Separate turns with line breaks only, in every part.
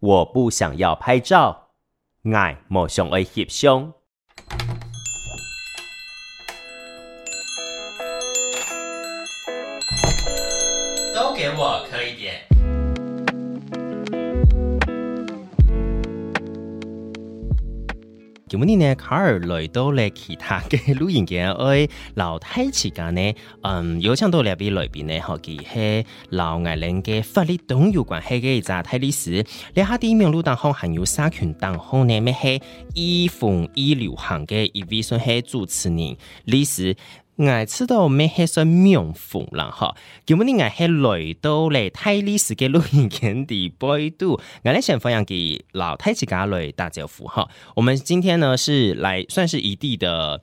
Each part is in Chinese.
我不想要拍照，我冇想要翕相。都给我磕一点。今日呢，卡爾來到咧其他嘅露營嘅喺樓梯時間呢，嗯，有請到兩位來賓呢，學佢係老藝人嘅法律黨有關係嘅一隻泰歷史。你下啲名路當中含有沙群當中呢，咩係一風一流行嘅一位算係主持人，歷史。我知道咩係算名符啦，哈！今日我係來到咧泰歷史嘅露營營地北度，我咧想分享給老太吉家來打招呼哈。我們今天呢是來算是一地的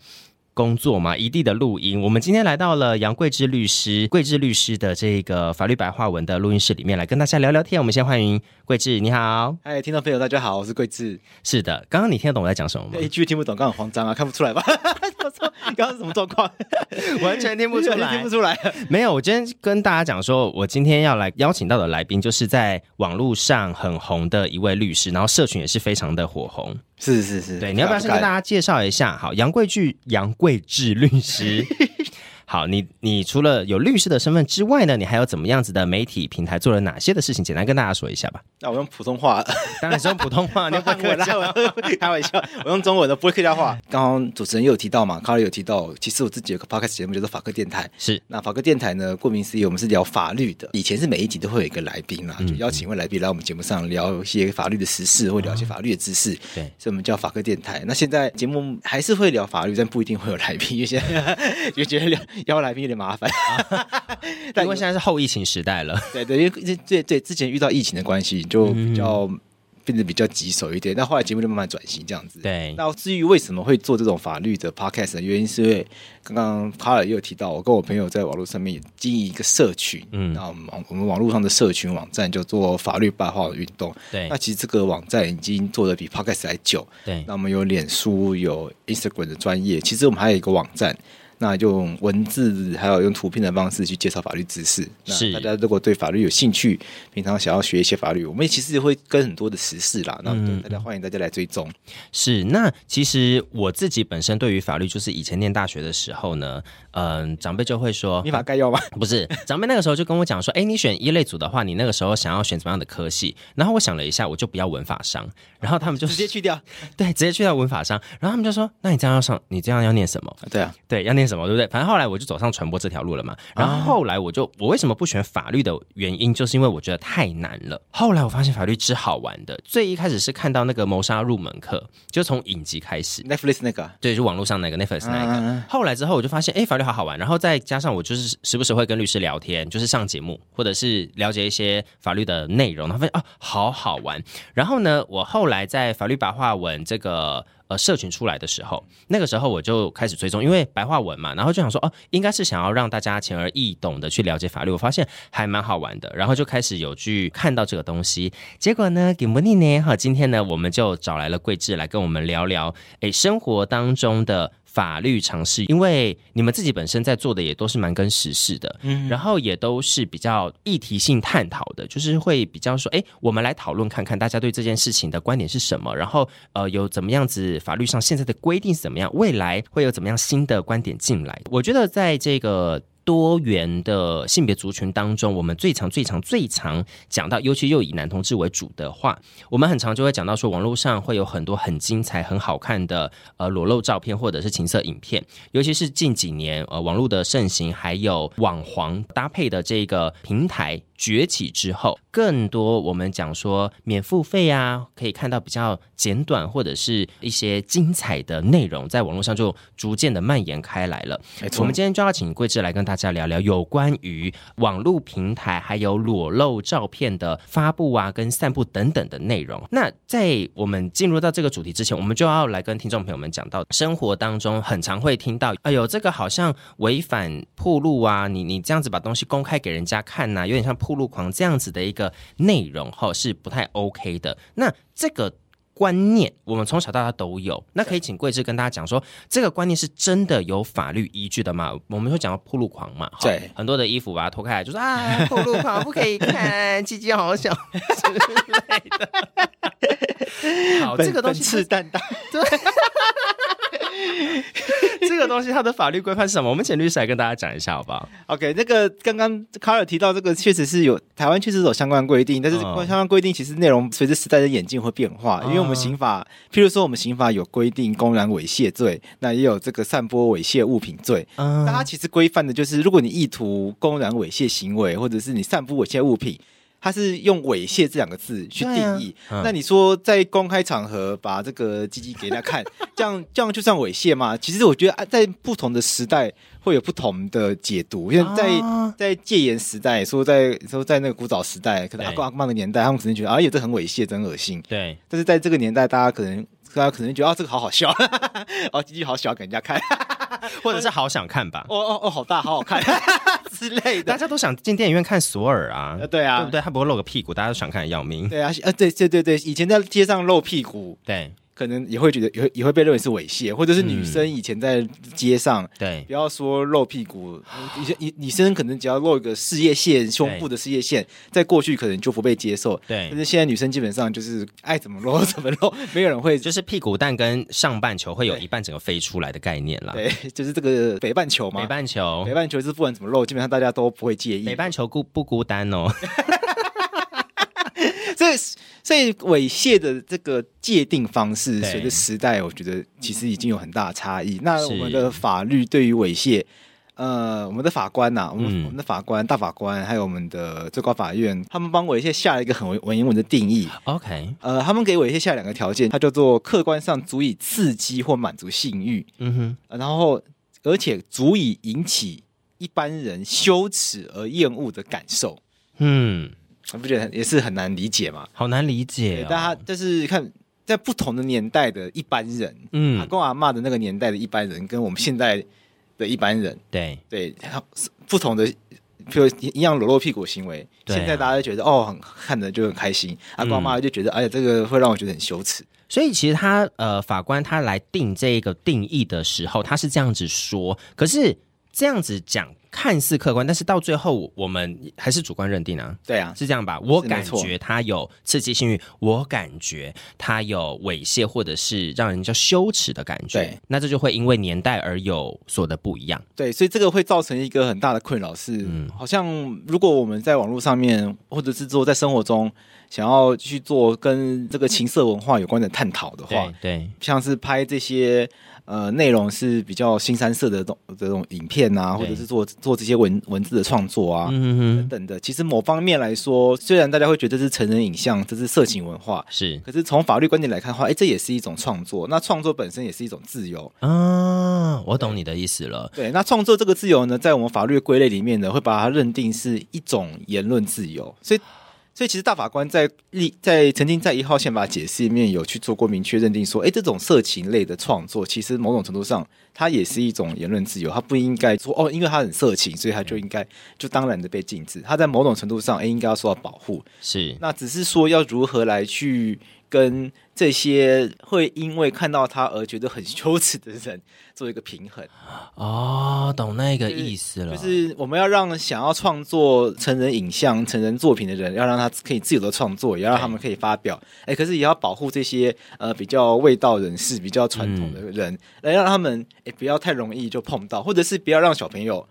工作嘛，一地的录音。我们今天来到了杨桂芝律师、桂芝律师的这个法律白话文的录音室里面，来跟大家聊聊天。我们先欢迎桂芝，你好。
嗨，听众朋友，大家好，我是桂智。哎
是的，刚刚你听得懂我在讲什么吗？
一句听不懂，刚刚很慌张啊，看不出来吧？ 我说你刚刚是什么状况？
完全听不出来，
听不出来。
没有，我今天跟大家讲说，我今天要来邀请到的来宾，就是在网络上很红的一位律师，然后社群也是非常的火红。
是是是，啊
对，你要不要先跟大家介绍一下？好，杨贵志，杨贵志律 师。好，你你除了有律师的身份之外呢，你还有怎么样子的媒体平台做了哪些的事情？简单跟大家说一下吧。
那啊我用普通话，
当然是用普通话，你
要
要不
不
客
客
气
气。我啊用开玩笑，我用中文的，不会客家 话。刚刚主持人也有提到嘛，卡尔有提到，其实我自己有个 podcast 节目叫做法科电台。
是
那法科电台呢，顾名思义，我们是聊法律的。以前是每一集都会有一个来宾啦，就邀请一位来宾来我们节目上聊一些法律的时事，或聊一些法律的知识。
对
所以我们叫法科电台。那现在节目还是会聊法律，但不一定会有来宾，因为现在就觉得聊邀来宾有点麻烦。
因为现在是后疫情时代了，
对对，因为对对对，之前遇到疫情的关系，就比较、变得比较棘手一点。那后来节目就慢慢转型这样子。
对
那至于为什么会做这种法律的 podcast 呢？原因是因为刚刚卡尔也有提到，我跟我朋友在网络上面也经营一个社群，
嗯
那我们我们网络上的社群网站叫做法律白话文运动。
对
那其实这个网站已经做的比 podcast 还久。
对
那我们有脸书，有 Instagram 的专业，其实我们还有一个网站。那用文字还有用图片的方式去介绍法律知识。那
是
大家如果对法律有兴趣，平常想要学一些法律，我们其实也会跟很多的时事啦，那
嗯
大家欢迎大家来追踪。
是，那其实我自己本身对于法律，就是以前念大学的时候呢，嗯、长辈就会说，
民法概要吗？
不是长辈那个时候就跟我讲说，哎，你选一类组的话，你那个时候想要选怎么样的科系？然后我想了一下，我就不要文法商，然后他们就
直接去掉。
对直接去到文法商，然后他们就说，那你这样要上，你这样要念什么？
对啊，
对，要念什么，对不对？反正后来我就走上传播这条路了嘛。然
哦
后后来我就，我为什么不选法律的原因，就是因为我觉得太难了。后来我发现法律之好玩的，最一开始是看到那个谋杀入门课，就从影集开始。
Netflix 那个啊
对，就网络上那个 Netflix 那一个。
嗯嗯嗯
后来之后，我就发现，哎，法律好好玩。然后再加上我就是呃时不时会跟律师聊天，就是上节目或者是了解一些法律的内容，然后发现啊，好好玩。然后呢，我后来在法律白话文这个。呃，社群出来的时候，那个时候我就开始追踪，因为白话文嘛，然后就想说，哦，应该是想要让大家浅而易懂的去了解法律。我发现还蛮好玩的，然后就开始有去看到这个东西。结果呢，给莫尼呢，哈，今天呢，我们就找来了桂智来跟我们聊聊，诶，生活当中的法律常识，因为你们自己本身在做的也都是蛮跟时事的，嗯，然后也都是比较议题性探讨的，就是会比较说，诶，我们来讨论看看大家对这件事情的观点是什么，然后呃，有怎么样子法律上现在的规定是怎么样，未来会有怎么样新的观点进来。我觉得在这个。多元的性别族群当中，我们最常、最常、最常讲到，尤其又以男同志为主的话，我们很常就会讲到说，网络上会有很多很精彩、很好看的呃裸露照片或者是情色影片，尤其是近几年呃网络的盛行，还有网黄搭配的这个平台崛起之后，更多我们讲说免付费啊，可以看到比较简短或者是一些精彩的内容，在网络上就逐渐的蔓延开来了。
没错
我们今天就要请桂智来跟大家聊聊有关于网络平台还有裸露照片的发布啊、跟散布等等的内容。那在我们进入到这个主题之前，我们就要来跟听众朋友们讲到，生活当中很常会听到，哎呦，这个好像违反铺路啊，你你这样子把东西公开给人家看呐、有点像铺路狂这样子的一个内容哈，是不太 OK 的。那这个。观念，我们从小到大都有。那可以请桂枝跟大家讲说，这个观念是真的有法律依据的吗？我们会讲到铺路狂嘛，哈
对
很多的衣服把它啊脱开来，就说啊，铺路狂不可以看，鸡鸡好小之类的。好，哦
本
这个东西
本次蛋 蛋，
这个东西它的法律规范是什么？我们请律师来跟大家讲一下，好不好？
OK，那个刚刚卡尔提到这个，确实是有台湾确实有相关规定，但是
嗯
相关规定其实内容随着时代的演进会变
哦
化，因为我们刑法，譬如说我们刑法有规定公然猥亵罪，那也有这个散播猥亵物品罪，
嗯
那它其实规范的就是，如果你意图公然猥亵行为，或者是你散布猥亵物品。它是用猥亵这两个字去
对啊
定义，
嗯
那你说在公开场合把这个鸡鸡给人家看， 这样这样就算猥亵吗？其实我觉得啊在不同的时代会有不同的解读，因为在、
啊
在戒严时代，说在说在那个古早时代，可能阿
对
公阿妈的年代，他们可能觉得啊，也这很猥亵，真恶心。
对，
但是在这个年代，大家可能大家可能觉得啊，这个好好笑， 哦，鸡鸡好小，给人家看，
或者是好想看吧，
哦哦哦，好大，好好 看之类
大
的。
家都想进电影院看索尔啊
呃，对啊
对不对？他不会露个屁股，大家都想看得要 命。
对啊，呃，对对对对，以前在街上露屁股，
对
可能也会觉得也会也会被认为是猥亵，或者是女
嗯
生以前在街上，
对
不要说露屁股，女生女女生可能只要露一个事业线，胸部的事业线，在过去可能就不被接受。但
对，
是现在女生基本上就是爱怎么露怎么露，没有人会
就是屁股蛋跟上半球会有一半整个飞出来的概念啦。
对，就是这个北半球嘛，
北半球
北，半球是不管怎么露，基本上大家都不会介
北
意。
半球孤不孤单 哦？
所以，所以猥亵的这个界定方式，
对
随着时代，我觉得其实已经有很大的差异。那
是
我们的法律对于猥亵，呃，我们的法官呐、我们、
嗯
我们的法官、大法官，还有我们的最高法院，他们帮猥亵下了一个很文文言文的定义。
OK，
呃，他们给猥亵下两个条件，它叫做客观上足以刺激或满足性欲，
嗯哼，
呃然后而且足以引起一般人羞耻而厌恶的感受，
嗯，
你不觉得很也是很难理解吗？
好难理
对
解、哦。
但他但是看在不同的年代的一般人，阿
嗯，
公阿嬷的那个年代的一般人，跟我们现在的一般人，
对，
对，他不同的。比如一样裸露屁股行为，
对啊嗯
现在大家就觉得哦，很看着就很开心。阿公阿妈就觉得，哎呀，这个会让我觉得很羞耻。
所以其实他呃，法官他来定这个定义的时候，他是这样子说，可是这样子讲看似客观，但是到最后我们还是主观认定啊。
对啊，
是这样吧？我
是没
感
错
觉他有刺激性欲，我感觉他有猥亵或者是让人叫羞耻的感觉
对。
那这就会因为年代而有所的不一样。
对，所以这个会造成一个很大的困扰是，
嗯
好像如果我们在网络上面，或者是说在生活中，想要去做跟这个情色文化有关的探讨的话
对，对，
像是拍这些呃内容是比较新三色的东这种影片啊，
对
或者是做做这些文文字的创作啊、
嗯哼
等
哼，
等的，其实某方面来说，虽然大家会觉得这是成人影像，这是色情文化。
是
可是从法律观点来看的话，哎，这也是一种创作。那创作本身也是一种自由，
啊，我懂你的意思了。
对。那创作这个自由呢，在我们法律归类里面呢，会把它认定是一种言论自由。所以，所以其实大法官在立在曾经在一号宪法解释里面有去做过明确认定说，哎，这种色情类的创作，其实某种程度上它也是一种言论自由，它不应该说哦，因为它很色情，所以它就应该就当然的被禁止。它在某种程度上，哎，应该要受到保护。
是
那只是说要如何来去跟这些会因为看到他而觉得很羞耻的人做一个平衡，
哦，懂那个意思了。
就是我们要让想要创作成人影像、成人作品的人，要让他可以自由的创作，也要让他们可以发表。哎，可是也要保护这些呃比较味道人士、比较传统的人，来让他们哎不要太容易就碰到，或者是不要让小朋友呃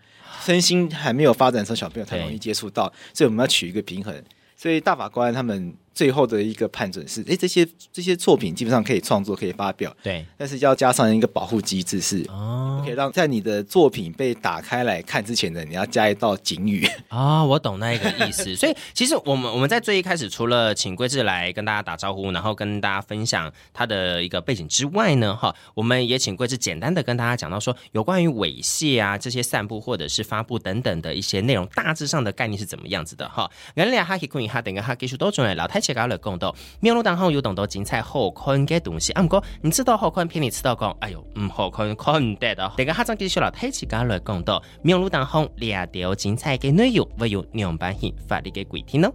身心还没有发展成小朋友太容易接触到，所以我们要取一个平衡。所以大法官他们最后的一个判准是，哎，这些这些作品基本上可以创作、可以发表，
对
但是要加上一个保护机制是，
哦
可以让在你的作品被打开来看之前呢，你要加一道警 语。
啊、我懂那一个意思。所以其实我们我们在最一开始，除了请桂志来跟大家打招呼，然后跟大家分享他的一个背景之外呢，哈，我们也请桂志简单的跟大家讲到说，有关于猥亵啊这些散布或者是发布等等的一些内容，大致上的概念是怎么样子的哈。原来哈基昆哈等个哈基数都准来老太切搞了共斗，面路当中有懂得精彩好看嘅东西，啊，不过你知道好看偏你知道讲，哎呦唔好看看唔得的。等个哈张继续老太切搞了共斗，面路当中掠到精彩嘅内容，会有两版宪法律嘅规定咯。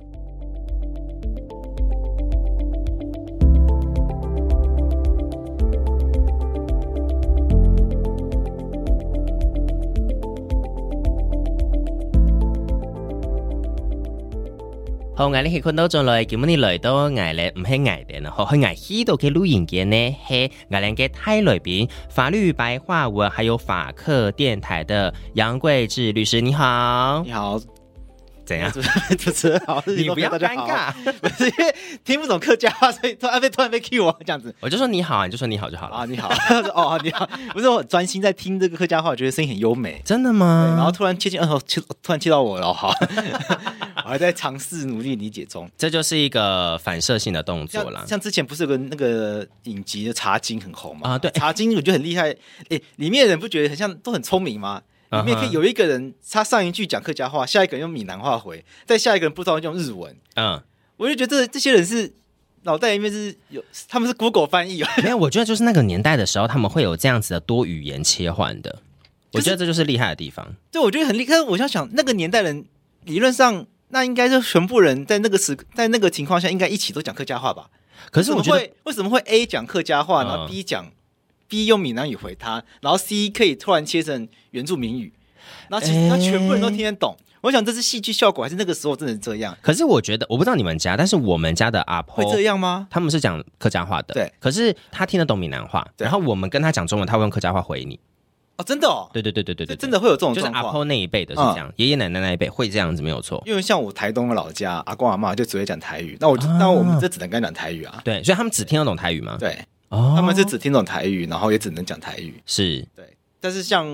好，我哋去看到將來，今日你來到我咧，唔係我哋呢，好係我呢度嘅錄音間呢，係我哋嘅台裏邊法律白話文，還有法客電台的楊貴智律師，你好，
你好，
怎樣？
主持人 好，
你不要
大
尴
家好，
尬，
不是因为听不懂客家话， 所以突然被突然被 cue 我这样子。
我就說你好，你就說你好就好了。
啊，你好， 哦，你好，不是我专心在听这个客家话，我觉得声音很优美。
真的
对然后
嗎？
突然切进，哦，切，突然切到我了，好， 我还在尝试努力理解中。
這就是一個反射性的动作啦
像。像之前不是有个那个影集的茶经很红嘛？
啊对
茶经我觉得很厉害。哎，里面的人不觉得很像都很聪明吗？里面可
嗯哼
以有一个人，他上一句讲客家话，下一个人用闽南话回，再下一个人不知道用日文，
嗯，
我就觉得这些人是脑袋里面是有，他们是 Google 翻译哦。
没有，我觉得就是那个年代的时候，他们会有这样子的多语言切换的。我觉得这就是厉害的地方。
对，我觉得很厉害。我就想，那个年代人理论上，那应该是全部人在那个时，在那个情况下，应该一起都讲客家话吧？
可是我
为什
觉
么
得，
会为什么会 A 讲客家话，
嗯
然后 B 讲、B 用闽南语回他，然后 C 可以突然切成原住民语，然后其
哎
实他全部人都听得懂。我想这是戏剧效果，还是那个时候真的是这样？
可是我觉得，我不知道你们家，但是我们家的阿婆
会这样吗？
他们是讲客家话的，
对。
可是他听得懂闽南话，
对
然后我们跟他讲中文，他会用客家话回你。
哦，真的哦，
对对对对对
这
对，
真
的
的会有这种
就是
状
阿
况。嗯
婆那一辈的是这样，爷爷奶奶那一辈会这样子，没有错。
因为像我台东的老家，阿公阿妈就只会讲台语，那我
啊
就、那我们这只能跟他讲台语啊。
对，所以他们只听得懂台语吗？，
对，
哦，
他们是只听懂台语，然后也只能讲台语。
是，
对，但是像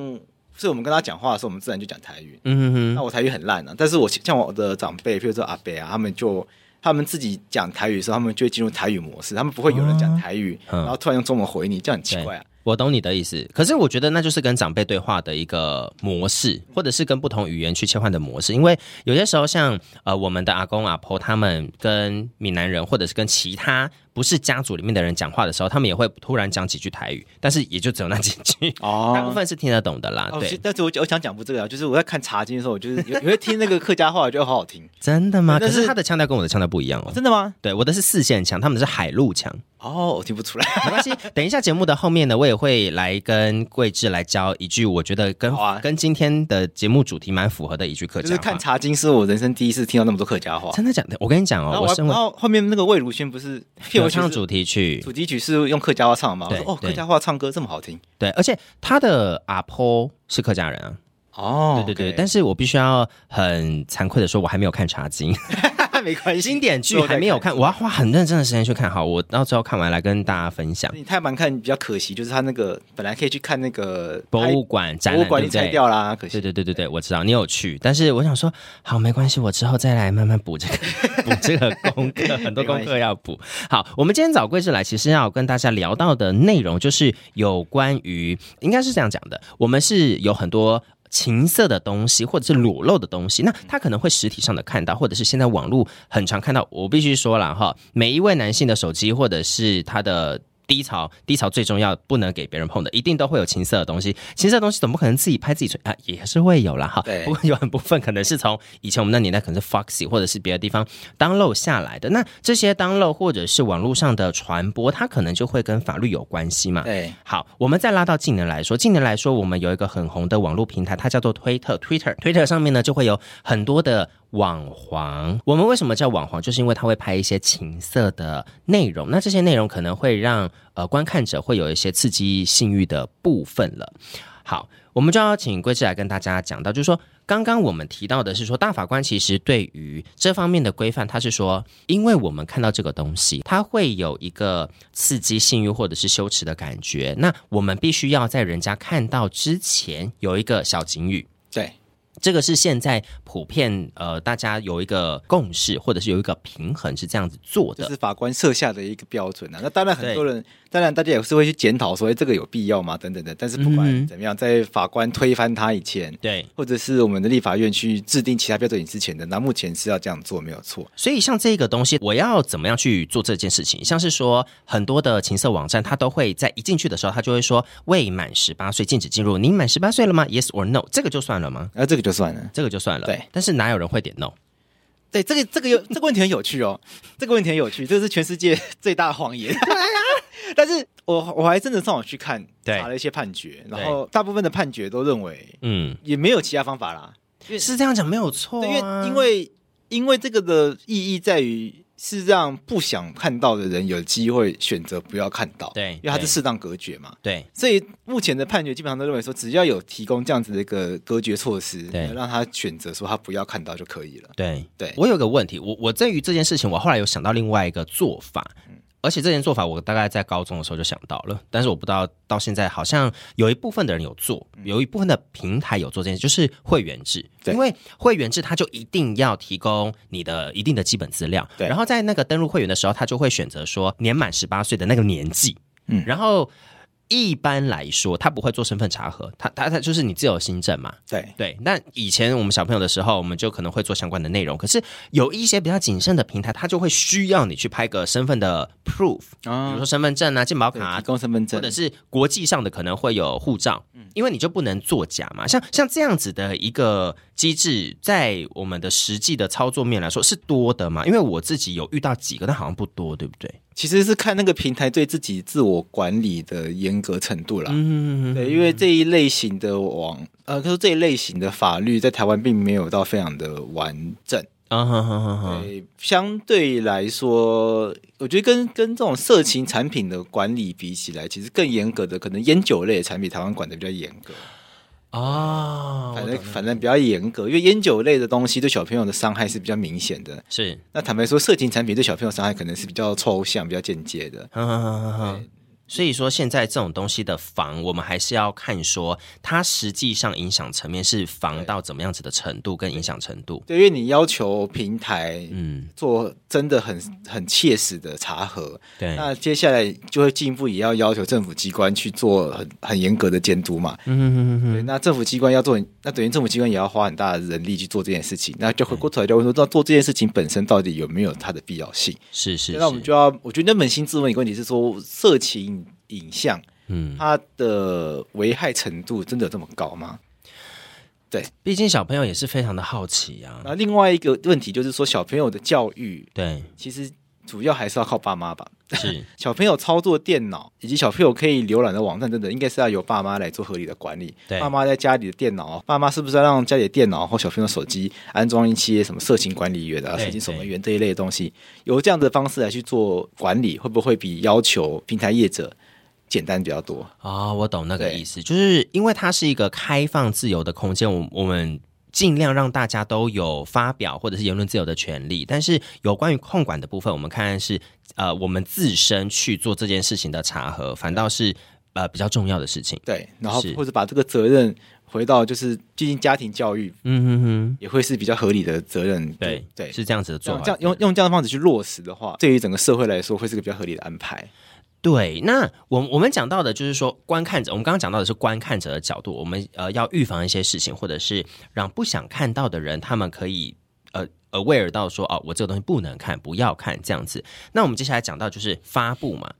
是我们跟他讲话的时候，我们自然就讲台语。
嗯哼
那
哼，
我台语很烂啊，但是我像我的长辈，譬如说阿伯啊，他们就他们自己讲台语的时候，他们就会进入台语模式，他们不会有人讲台语，
嗯
然后突然用中文回你，这样很奇怪啊。
我懂你的意思。可是我觉得那就是跟长辈对话的一个模式，或者是跟不同语言去切换的模式。因为有些时候像，呃我们的阿公阿婆他们跟闽南人，或者是跟其他不是家族里面的人讲话的时候，他们也会突然讲几句台语，但是也就只有那几句。大部
哦。
分是听得懂的啦，
哦，其
对，
但是我我想讲不这个啊，就是我在看茶经的时候，我就是有 有会听那个客家话，我觉得好好听。
真的吗？可
但是
是他的腔调跟我的腔调不一样哦。
真的吗？
对，我的是四线腔，他们的是海陆腔。
哦，我听不出来。
没关系，等一下节目的后面呢，我也会来跟桂智来教一句，我觉得跟、
好啊
跟今天的节目主题蛮符合的一句客
就
家
是
话。
看茶经是我人生第一次听到那么多客家话。
真的假的？我跟你讲
然
哦，
后我
我
还
身
然
为
后后面那个魏如萱不是片
有
尾曲
唱
是
主题曲，
主题曲是用客家话唱的嘛？我
对
说哦，
对
客家话唱歌这么好听
对，而且他的阿婆是客家人啊，
哦
对对对。但是我必须要很惭愧的说，我还没有看《茶经》
但 没关系，
经典剧，还没有看，我要花很认真的时间去看好，我到最后看完来跟大家分享。
你太蛮看比较可惜，就是他那个本来可以去看那个
博物
拍
馆展
博
览，
物馆
对
你
不
拆
对？
掉啦，可
对
惜。
对对对对，我知道你有去，但是我想说，好，没关系，我之后再来慢慢补这个 补这个功课，很多功课要补。好，我们今天找桂志来，其实要跟大家聊到的内容就是有关于，应该是这样讲的，我们是有很多。情色的东西，或者是裸露的东西，那他可能会实体上的看到，或者是现在网络很常看到。我必须说了哈，每一位男性的手机或者是他的低潮，低潮最重要，不能给别人碰的，一定都会有情色的东西。情色的东西总不可能自己拍自己存啊，也是会有啦哈。
对
不过有很部分可能是从以前我们那年代，可能是 Foxy 或者是别的地方 download 下来的。那这些 download 或者是网络上的传播，它可能就会跟法律有关系嘛。
对
好，我们再拉到近年来说，近年来说，我们有一个很红的网络平台，它叫做推特 （Twitter）。Twitter 上面呢，就会有很多的网黄。我们为什么叫网黄？就是因为它会拍一些情色的内容。那这些内容可能会让呃观看者会有一些刺激性欲的部分了。好，我们就要请桂志来跟大家讲到，就是说，刚刚我们提到的是说，大法官其实对于这方面的规范，他是说，因为我们看到这个东西，它会有一个刺激性欲或者是羞耻的感觉，那我们必须要在人家看到之前有一个小警语。
对
这个是现在普遍呃，大家有一个共识，或者是有一个平衡，是这样子做
就
的。
是法官设下的一个标准啊。那当然很多人，当然大家也是会去检讨说，哎，这个有必要吗？等等的。但是不
嗯哼
管怎么样，在法官推翻他以前。
对，
或者是我们的立法院去制定其他标准之前的，那目前是要这样做，没有错。
所以像这个东西，我要怎么样去做这件事情？像是说很多的情色网站，它都会在一进去的时候，它就会说未满十八岁禁止进入。你满十八岁了吗？Yes or no？这个就算了吗？
那、这个就算了。
这个就算了。
对，
但是哪有人会点 no？
对，这个这个有这个问题很有趣哦，这个问题很有趣，这是全世界最大的谎言。对啊，但是我我还真的上网去看，
对
查了一些判决，然后大部分的判决都认为
嗯，
也没有其他方法啦，
是这样讲没有错、啊。
对，因为因为因为这个的意义在于是让不想看到的人有机会选择不要看到，
对
因为它是
对
适当隔绝嘛。
对
所以目前的判决基本上都认为说，只要有提供这样子的一个隔绝措施，
对
让他选择说他不要看到就可以了。
对
对
我有个问题，我我对于这件事情，我后来有想到另外一个做法。
嗯
而且这件做法，我大概在高中的时候就想到了，但是我不知道到现在好像有一部分的人有做，有一部分的平台有做这件事，就是会员制。
嗯对
因为会员制，它就一定要提供你的一定的基本资料，
对
然后在那个登录会员的时候，它就会选择说年满十八岁的那个年纪，
嗯
然后一般来说，他不会做身份查核，他他他就是你自由新政嘛，
对，
对，那以前我们小朋友的时候，我们就可能会做相关的内容。可是有一些比较谨慎的平台，它就会需要你去拍个身份的 proof，比
啊
如说身份证啊、健保卡
对，
啊
提，供身份
或
证
者，是国际上的可能会有护照，
嗯
因为你就不能作假嘛。像像这样子的一个机制，在我们的实际的操作面来说是多的嘛？因为我自己有遇到几个，但好像不多，对不对？
其实是看那个平台对自己自我管理的严格程度啦。
嗯，
对，因为这一类型的网，呃，就是这一类型的法律在台湾并没有到非常的完整。
啊哈哈哈哈，
对，相对来说，我觉得跟跟这种色情产品的管理比起来，其实更严格的，可能烟酒类的产品，台湾管的比较严格。
哦，
反正反正比较严格，因为烟酒类的东西对小朋友的伤害是比较明显的。
是，
那坦白说，色情产品对小朋友伤害可能是比较抽象、比较间接的。
哈哈哈哈哈。所以说，现在这种东西的防，我们还是要看说它实际上影响层面是防到怎么样子的程度跟影响程度。
对，因为你要求平台
嗯，
做真的很很切实的查核，
对，
那接下来就会进一步也要要求政府机关去做很很严格的监督嘛。
嗯
对，那政府机关要做，那等于政府机关也要花很大的人力去做这件事情，那就回过头来就会说，那做这件事情本身到底有没有它的必要性？
是是
那我们
是，
就要，我觉得扪心自问一个问题是说，色情影像
嗯，
它的危害程度真的有这么高吗？
嗯毕竟小朋友也是非常的好奇啊。
那另外一个问题就是说，小朋友的教育
对，
其实主要还是要靠爸妈吧。
是，
小朋友操作电脑以及小朋友可以浏览的网站等等，应该是要由爸妈来做合理的管理。
对
爸妈在家里的电脑，爸妈是不是要让家里的电脑或小朋友手机安装一些什么色情管理员啊、
对
色情守门员这一类的东西？由这样的方式来去做管理，会不会比要求平台业者简单比较多？
哦，我懂那个
对
意思，就是因为它是一个开放自由的空间，我我们尽量让大家都有发表或者是言论自由的权利。但是有关于控管的部分，我们看是呃我们自身去做这件事情的查核，反倒是呃比较重要的事情。
对，然后
是
或者把这个责任回到就是，毕竟家庭教育
嗯哼哼，
也会是比较合理的责任。
对
对。
是这样子的
这
做
样
法。
这样用用这样的方式去落实的话，对于整个社会来说，会是个比较合理的安排。
对，那我我们讲到的就是说，观看者，我们刚刚讲到的是观看者的角度，我们呃要预防一些事情，或者是让不想看到的人，他们可以呃 aware 到说，哦，我这个东西不能看，不要看这样子。那我们接下来讲到就是发布嘛。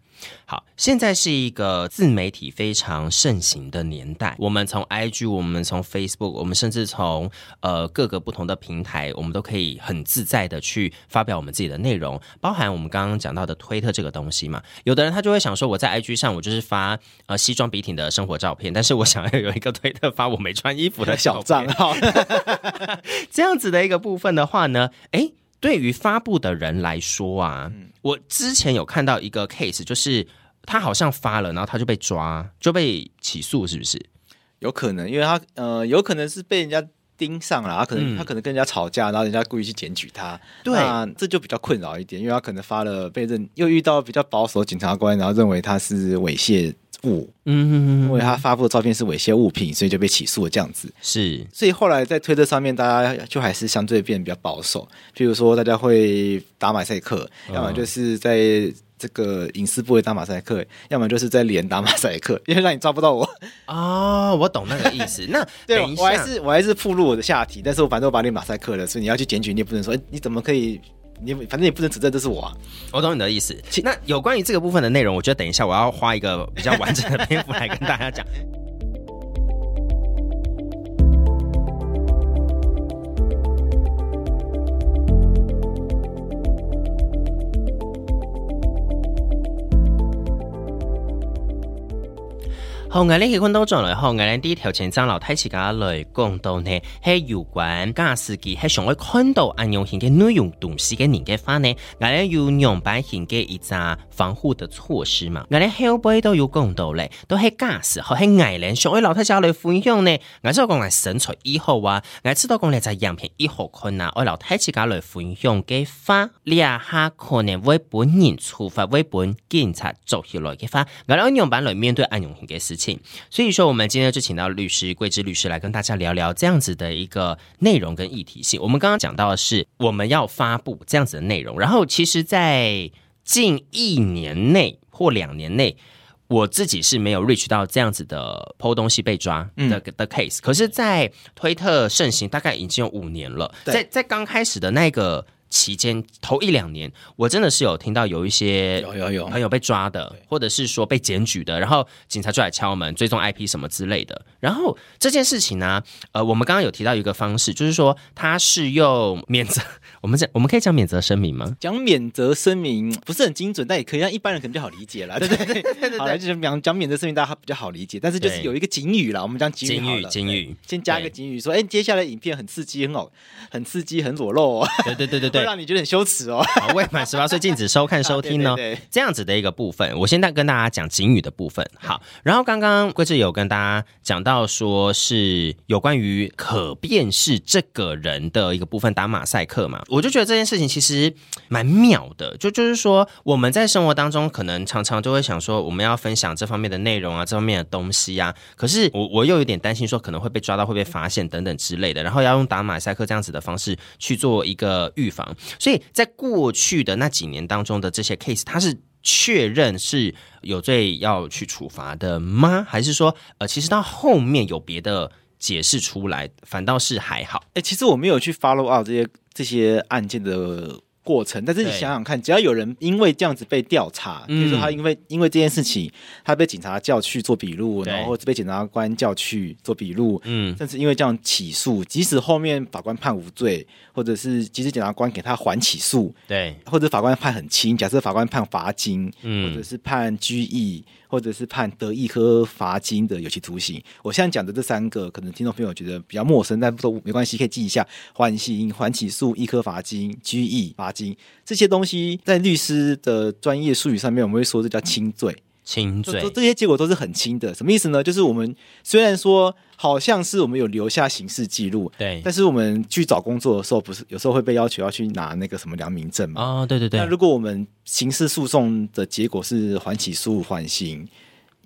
好，现在是一个自媒体非常盛行的年代。我们从 IG，我们从 Facebook，我们甚至从呃各个不同的平台，我们都可以很自在的去发表我们自己的内容，包含我们刚刚讲到的推特这个东西嘛。有的人他就会想说，我在 IG 上我就是发呃西装笔挺的生活照片，但是我想要有一个推特发我没穿衣服
我
的
的小
照片
账啊号，
这样子的一个部分的话呢，诶，对于发布的人来说啊，我之前有看到一个 case，就是他好像发了，然后他就被抓，就被起诉，是不是？
有可能，因为他呃，有可能是被人家盯上了，他可能、
嗯
他可能跟人家吵架，然后人家故意去检举他，
对
那这就比较困扰一点，因为他可能发了被认，又遇到比较保守的检察官，然后认为他是猥亵物，
嗯
因为他发布的照片是猥亵物品，所以就被起诉了这样子。
是，
所以后来在推特上面，大家就还是相对变得比较保守，譬如说大家会打马赛克，
哦
要么就是在这个隐私部位打马赛克，要么就是在脸打马赛克，因为让你抓不到我。
哦，我懂那个意思。 那
对，
等一
我还
下，
是我还是暴露我的下体，但是我反正我把你马赛克了，所以你要去检举，你也不能说，哎、你怎么可以？你反正也不能指证这是我啊，
我懂你的意思。那有关于这个部分的内容，我觉得等一下我要花一个比较完整的篇幅来跟大家讲。好眼咧，气氛都转来，好眼咧，第一条前章老太自家来讲到呢，系有关驾司机系上海看到安用型嘅内容东西嘅人嘅话呢，眼咧有两版型嘅一扎防护的措施嘛，眼咧后背都有讲到咧，都系驾驶好系眼咧上海老太家来分享呢，眼所讲嘅身材以后啊，眼知道讲咧就样片以后看啊，我老太自家来分享嘅话，你啊下可能为本人处罚，为本警察做起来嘅话，眼咧用版来面对安用型嘅事情。所以说，我们今天就请到律师桂枝律师来跟大家聊聊这样子的一个内容跟议题性。我们刚刚讲到的是我们要发布这样子的内容，然后其实，在近一年内或两年内。我自己是没有 reach 到这样子的偷东西被抓的的 case，、可是，在推特盛行大概已经有五年了，
对
在在刚开始的那个期间，头一两年，我真的是有听到有一些
有有有
朋友被抓的，或者是说被检举的，然后警察就来敲门，追踪 IP 什么之类的。然后这件事情呢、呃，我们刚刚有提到一个方式，就是说他是用免责，我们讲我们可以讲免责声明吗？
讲免责声明不是很精准，但也可以让一般人可能比较好理解啦。对 对对对好了，就是讲讲免责声明，大家比较好理解。但是就是
对
有一个警语啦，我们讲警语
监
好
狱，
了，
监狱，
先加一个
对
警语说，哎，接下来影片很刺激，很好，很刺激，很裸露哦，
对对对对
会
对，
让你觉得很羞耻哦。
好未满十八岁禁止收看收听呢、
啊对对对
这样子的一个部分，我现在跟大家讲警语的部分。好，然后刚刚桂志有跟大家讲到说是有关于可辨识这个人的一个部分打马赛克嘛，我就觉得这件事情其实蛮妙的，就就是说我们在生活当中可能常常就会想说我们要分享这方面的内容啊，这方面的东西啊，可是我我又有点担心说可能会被抓到、会被发现等等之类的，然后要用打马赛克这样子的方式去做一个预防，所以在过去的那几年当中的这些 case，它是确认是有罪要去处罚的吗？还是说，呃，其实到后面有别的解释出来，反倒是还好？
哎、其实我没有去 follow up 这些这些案件的过程，但是你
对
想想看，只要有人因为这样子被调查，比如说
嗯
他因为因为这件事情，他被警察叫去做笔录，
对
然后或者被检察官叫去做笔录，
嗯，
甚至因为这样起诉，即使后面法官判无罪，或者是即使检察官给他缓起诉，
对，
或者法官判很轻，假设法官判罚金，或者
嗯，
是判拘役，或者是判德一科罚金的有期徒刑。我现在讲的这三个，可能听众朋友觉得比较陌生，但都没关系，可以记一下：缓刑、缓起诉、一科罚金、拘役、罚金这些东西，在律师的专业术语上面，我们会说这叫轻罪。
轻
这
罪
这，这些结果都是很轻的，什么意思呢？就是我们虽然说好像是我们有留下刑事记录，
对，
但是我们去找工作的时候，不是有时候会被要求要去拿那个什么良民证嘛？
哦，对对
那
对，
如果我们刑事诉讼的结果是缓起诉、缓刑、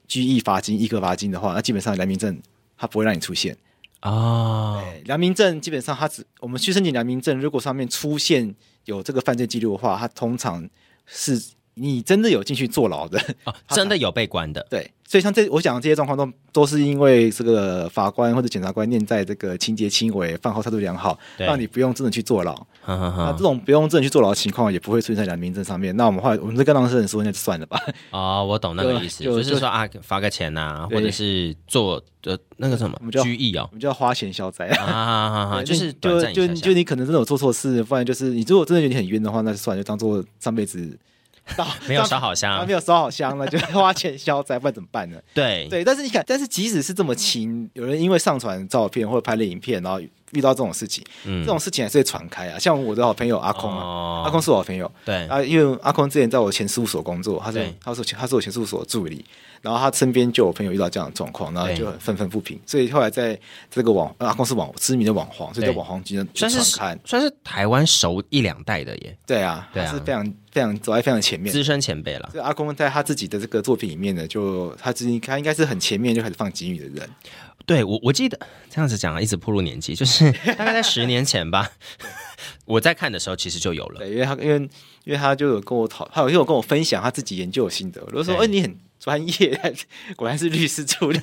拘役、罚金、一个罚金的话，那基本上良民证它不会让你出现。
哦，
哎良民证基本上它只我们去申请良民证，如果上面出现有这个犯罪记录的话，它通常是你真的有进去坐牢的。
哦，真的有被关的，
对，所以像这我讲的这些状况都都是因为这个法官或者检察官念在这个情节轻微、犯后态度良好，
对嗯
让你不用真的去坐牢。
哈哈
那
哈
这，种不用证去坐牢的情况也不会出现在良民证上面。那我们后来我们就跟当事人说，那就算了吧。
哦，我懂那个意思，
就
就
就是
说啊，罚个钱呐，
对
或者是做呃那个什么
我们就
拘役哦
我，们就要花钱消灾。
啊哈哈哈，
对
就是短
就
暂
就
一下下
就。你可能真的有做错事，不然就是你如果真的觉得你很冤的话，那就算了，就当做上辈子到
没有
上
烧好香
没，有烧好香了，就 花钱消灾，不然怎么办呢？
对
对，但是你看，但是即使是这么轻，有人因为上传照片或者拍了影片，然后遇到这种事情，
嗯
这种事情还是会传开啊。像我的好朋友阿空啊，
哦
阿空是我好朋友，
对，
啊，因为阿空之前在我前事务所工作，他是
对
他是我前他是我前事务所的助理，然后他身边就有朋友遇到这样的状况，然后
对
就很愤愤不平，所以后来在这个网呃阿空是网知名的网红，所以
对
在网红局呢
算
去
是
传看，
算是台湾熟一两代的耶，
对啊，
对啊
他是非常非常走在非常前面。
资深前辈了。
所以阿空在他自己的这个作品里面呢，就他之前他应该是很前面就开始放警语的人，
对我我记得这样子讲啊，一直步入年纪，就是大概在十年前吧。 我在看的时候其实就有了，
对，因为他因为因为他就有跟我讨，他有有跟我分享他自己研究的心得，我就说，哎、
对
你很专业， 果然是律师助理，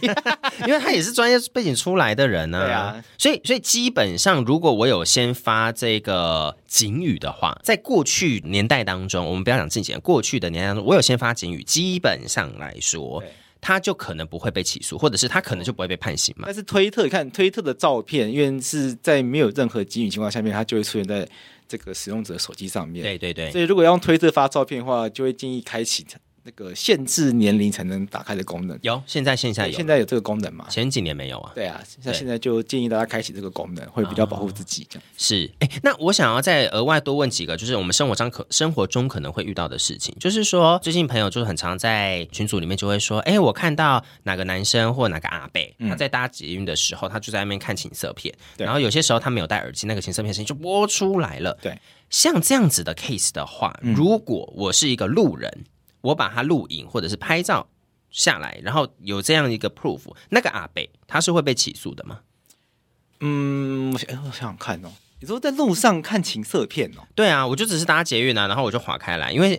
因为他也是专业背景出来的人呢、
对啊，
所以所以基本上，如果我有先发这个警语的话，在过去年代当中，我们不要讲近几年，过去的年代当中，我有先发警语，基本上来说
对，
他就可能不会被起诉，或者是他可能就不会被判刑嘛。
但是推特，你看推特的照片，因为是在没有任何给予情况下面，它就会出现在这个使用者手机上面。
对对对，
所以如果要用推特发照片的话，就会建议开启那个限制年龄才能打开的功能。
有，现在线下有，
现在有这个功能嘛？
前几年没有啊。
对啊，
对
像现在就建议大家开启这个功能，会比较保护自己。这样
是，哎，那我想要再额外多问几个，就是我们生活上可生活中可能会遇到的事情，就是说，最近朋友就是很常在群组里面就会说，哎，我看到哪个男生或哪个阿伯，他在搭捷运的时候，他就在那边看情色片，
嗯对
然后有些时候他没有戴耳机，那个情色片的声音就播出来了。
对，嗯
像这样子的 case 的话，如果我是一个路人，我把它录影或者是拍照下来，然后有这样一个 proof，那个阿伯他是会被起诉的吗？
嗯，我想哎我想想看哦，你说在路上看情色片哦，
对啊，我就只是搭捷运啊，然后我就划开来，因为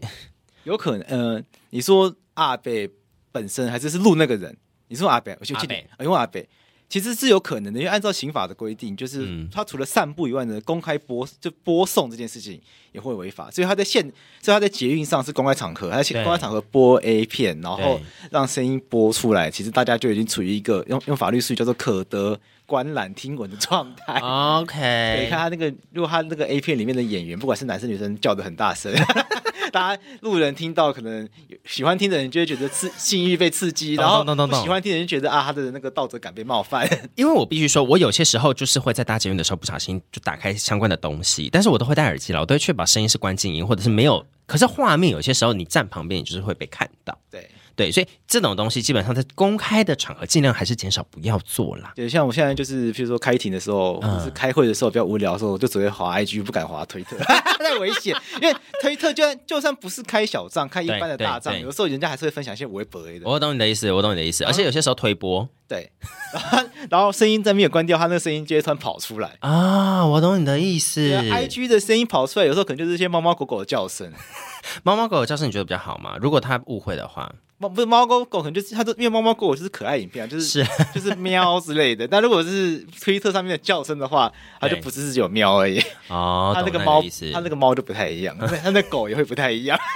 有可能，呃，你说阿北本身还是是录那个人？你说阿北，我就记得
阿北，
呃因为阿北其实是有可能的，因为按照刑法的规定，就是
嗯
他除了散布以外呢，公开播就播送这件事情也会违法，所以他在现，所以他在捷运上是公开场合，他在
对
公开场合播 A 片，然后
对
让声音播出来，其实大家就已经处于一个用用法律术语叫做可得观览听闻的状态。对，
OK，
看他那个，如果他那个 A 片里面的演员，不管是男生女生，叫的很大声， 大家路人听到，可能有喜欢听的人就会觉得刺性欲被刺激，
懂
然后
懂懂
不
懂
喜欢听的人就觉得啊，他的那个道德感被冒犯。
因为我必须说，我有些时候就是会在搭捷运的时候不小心就打开相关的东西，但是我都会戴耳机了，我都会确保声音是关静音或者是没有。可是画面有些时候你站旁边，你就是会被看到，
对，
对，所以这种东西基本上在公开的场合尽量还是减少不要做啦。
对，像我现在就是，譬如说开庭的时候，或者是开会的时候比较无聊的时候，我就只会滑 IG，不敢滑推特， 太危险。因为推特就算就算不是开小账，开一般的
对
大
对
账，
对
有时候人家还是会分享一些微博的。
我懂你的意思，我懂你的意思，而且有些时候推播
对， 然后然后声音在没有关掉，他那个声音就会突然跑出来。
啊，我懂你的意思。
I G 的声音跑出来，有时候可能就是一些猫猫狗狗的叫声，
猫猫狗狗叫声你觉得比较好吗？如果它误会的话，
猫不是猫狗狗，可能就是它都因为猫猫狗狗就是可爱影片啊，就是 就是喵之类的。但如果是推特上面的叫声的话，它就
对
不只是只有 喵而已，
哦，
它那
懂
个
你
猫
的意思，
它那个猫就不太一样， 它那狗也会不太一样。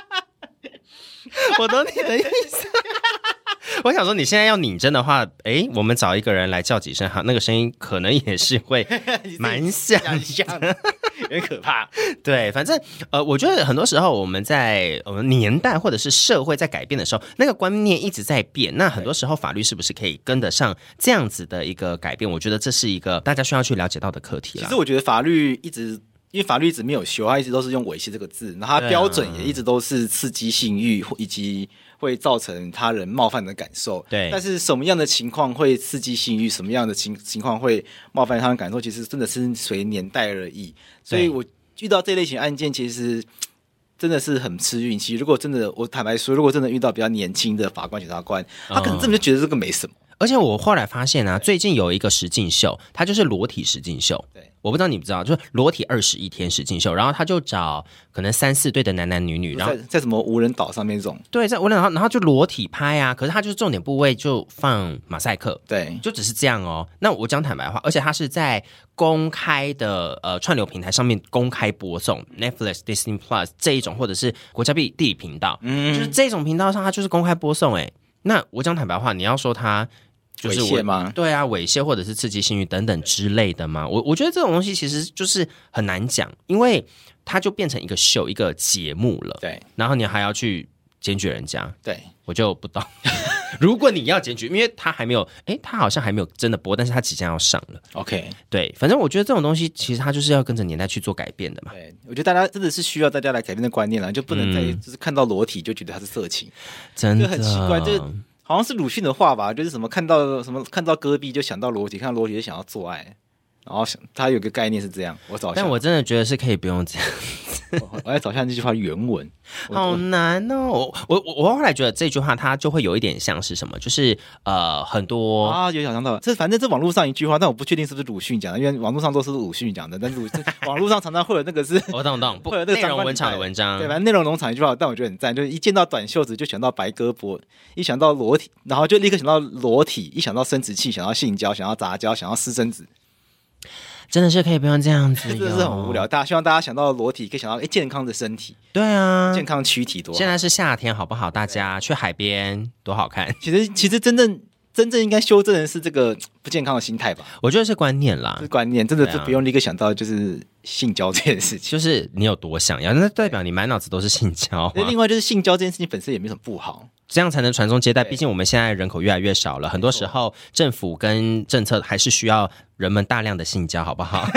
我懂你的意 思。我想说，你现在要拧针的话，诶，我们找一个人来叫几声，哈，那个声音可能也是 会蛮像
像像， 有点可怕。
对，反正呃，我觉得很多时候我们在我们年代或者是社会在改变的时候，那个观念一直在变。那很多时候法律是不是可以跟得上这样子的一个改变？我觉得这是一个大家需要去了解到的课题
其
啦
实。我觉得法律一直。因为法律一直没有修，它一直都是用“猥亵”这个字，然后它
对啊
标准也一直都是刺激性欲，或以及会造成他人冒犯的感受。
对
但是什么样的情况会刺激性欲，什么样的情情况会冒犯他人感受，其实真的是随年代而异。所以
对
我遇到这类型案件，其实真的是很吃运气。如果真的，我坦白说，如果真的遇到比较年轻的法官、检察官，他可能真的就觉得这个没什么。
而且我后来发现啊，最近有一个实境秀，它就是裸体实境秀。
对，
我不知道你不知道，就是裸体二十一天实境秀，然后他就找可能三四对的男男女女，然后
在在什么无人岛上面这种，
对，在我然后然后就裸体拍啊，可是他就是重点部位就放马赛克，
对，
就只是这样哦。那我讲坦白话，而且它是在公开的呃串流平台上面公开播送，Netflix、Disney Plus 这一种，或者是国家地地理频道，
嗯
就是这种频道上它就是公开播送。哎，那我讲坦白话，你要说它就是
猥亵吗
对啊，猥亵或者是刺激性欲等等之类的吗？我我觉得这种东西其实就是很难讲，因为它就变成一个秀、一个节目了，
对
然后你还要去检举人家，
对。
我就不懂。 如果你要检举，因为他还没有，诶，他好像还没有真的播，但是他即将要上了。
OK，
对，反正我觉得这种东西其实它就是要跟着年代去做改变的嘛。
对，我觉得大家真的是需要大家来改变的观念了，就不能再就是看到裸体就觉得它是色情，
嗯真
就
的
很奇怪，就是好像是鲁迅的话吧，就是什么看到什么看到戈壁就想到裸体，看到裸体就想要做爱，然后想他有个概念是这样，我找一下，
但我真的觉得是可以不用这样，
我我要找一下这句话原文，我
好难哦。我我我我后来觉得这句话它就会有一点像是什么，就是呃很多、
啊，有想象到，这反正这网络上一句话，但我不确定是不是鲁迅讲的，因为网络上都是鲁迅讲的，但鲁 网络上常常会有那个是。
我哦懂 懂，不
会有那个
内
长
容
官
文场
礼
的
拜
文章
对，，反正内容农场一句话，但我觉得很赞，就是一见到短袖子就想到白胳膊，一想到裸体，然后就立刻想到裸体，一想到生殖器，想到性交，想到杂交，想到私生子，
真的是可以不用这样子，
真的是很无。聊。大家希望大家想到裸体，可以想到哎健康的身体、
对啊，
健康躯体多好。
现在是夏天好不好？大家去海边多好看。
其实其实真正真正应该修正的是这个不健康的心态吧，
我觉得是观念啦
这，观念真的
对
是
啊
不用立刻想到就是性交这件事情。
就是你有多想要，那代表你满脑子都是性交、啊，
那另外就是性交这件事情本身也没什么不好，
这样才能传宗接代。
对
毕竟我们现在人口越来越少了，很多时候政府跟政策还是需要人们大量的性交，好不 好？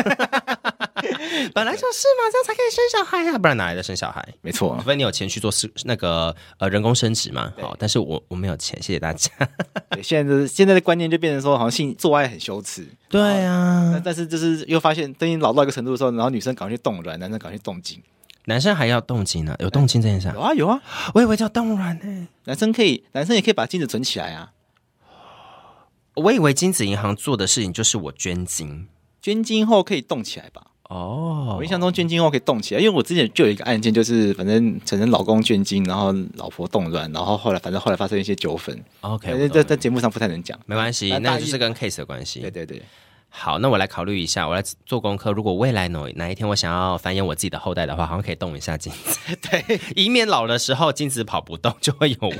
本来就是嘛，这样才可以生小孩啊，不然哪来的生小孩？
没错
除。非你有钱去做是那个呃人工生殖嘛，好，但是我我没有钱，谢谢大家。
对，现在就是现在的观念就变成说，好像性做爱很羞耻。
对
那
啊，
但是就是又发现，等你老到一个程度的时候，然后女生赶快去动卵，男生赶快去动精。
男生还要动精呢，有动精这件事啊
有，啊有啊，
我以为叫动卵呢，
男生可以，男生也可以把精子存起来啊。
我以为精子银行做的事情就是我捐精
捐精后可以动起来吧？
哦
我印象中捐精后可以动起来，因为我之前就有一个案件，就是反正反正老公捐精，然后老婆动卵，然后后来反正后来发生一些纠纷，
哦，OK，
但
我
是
懂
在
了
在节目上不太能讲。
没关系，
但大
那
意
就是跟 case 的关系。
对对对，
好，那我来考虑一下，我来做功课。如果未来呢哪一天我想要繁衍我自己的后代的话，好像可以动一下精子， 对， 以免老的时候精子跑不动就会有问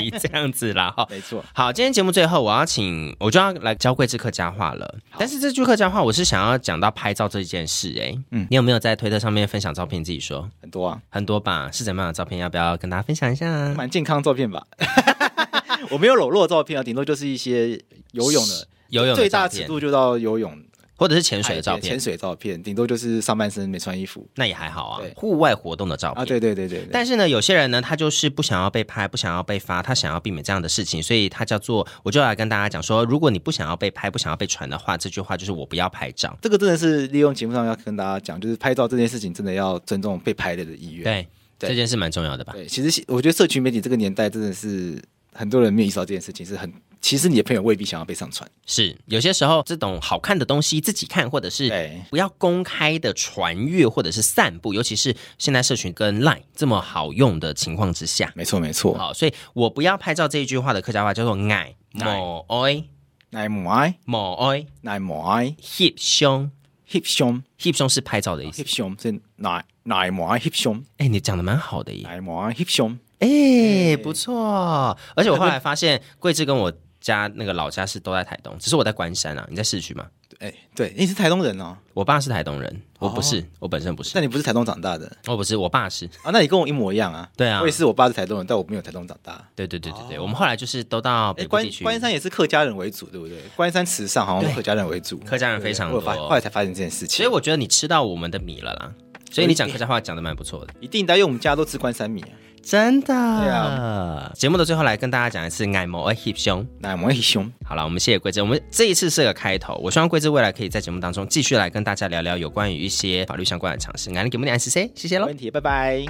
题，这样子啦哈。
没错。
好，今天节目最后我要请，我就要来教贵志客家话了。但是这句客家话，我是想要讲到拍照这件事、欸。哎，嗯
嗯，
你有没有在推特上面分享照片？自己说
很多啊，
很多吧，是怎么样的照片？要不要跟大家分享一下啊？
蛮健康的照片吧。 我没有裸露的照片啊，顶多就是一些游泳的，
游泳的
最大
照
尺
片
度就到游泳、
或者是潜水的照
海
片
边潜，水照片，顶多就是上半身没穿衣服
那也还好啊
对。
户外活动的照片
啊。对对对对对，
但是呢，有些人呢，他就是不想要被拍，不想要被发，他想要避免这样的事情，所以他叫做，我就来跟大家讲说，如果你不想要被拍，不想要被传的话，这句话就是我不要拍照。
这个真的是利用节目上要跟大家讲，就是拍照这件事情真的要尊重被拍的的意愿。
对，啊
对
这件事蛮重要的吧？
对，其实我觉得社群媒体这个年代真的是很多人没有意识到这件事情，是很其实你的朋友未必想要被上传。
是，有些时候这种好看的东西自己看，或者是
对，
不要公开的传阅或者是散布，尤其是现在社群跟 Line 这么好用的情况之下，
没错没错。
好，所以我不要拍照这一句话的客家话叫做“矮某 oi
奶母爱，
某 oi
奶母爱
hip 胸
，hip 胸
hip 胸是拍照的意思。
哦，hip 胸是奶奶母爱，hip 胸，
哎、你讲的蛮好的耶。
奶母爱，hip 胸。
哎、不错！而且我后来发现，桂枝跟我家那个老家是都在台东，只是我在关山啊。你在市区吗？
哎，对，你是台东人哦，
我爸是台东人，我不是，我本身不是
但，你不是台东长大的
我不是，我爸是。
啊？那你跟我一模一样啊。
对啊
我也是，我爸是台东人，但我没有台东长大。
对对对对对，我们后来就是都到
哎，
北部
关
地区。
关山也是客家人为主，对不对？关山池上好像是客家人为主，
客家人非常
对我有发
多
后来才发现这件事情。
所以我觉得你吃到我们的米了啦。所以你讲客家话讲的蛮不错的，
一定的，因为我们家都吃关山米啊，
真的。
对
啊，节目的最后来跟大家讲一次爱某 hip 胸。
奶母爱，hip 胸。
好了，我们谢谢桂枝。我们这一次是个开头，我希望桂枝未来可以在节目当中继续来跟大家聊聊有关于一些法律相关的常识。俺们给我们点 S C，谢谢喽
没。问题，拜拜。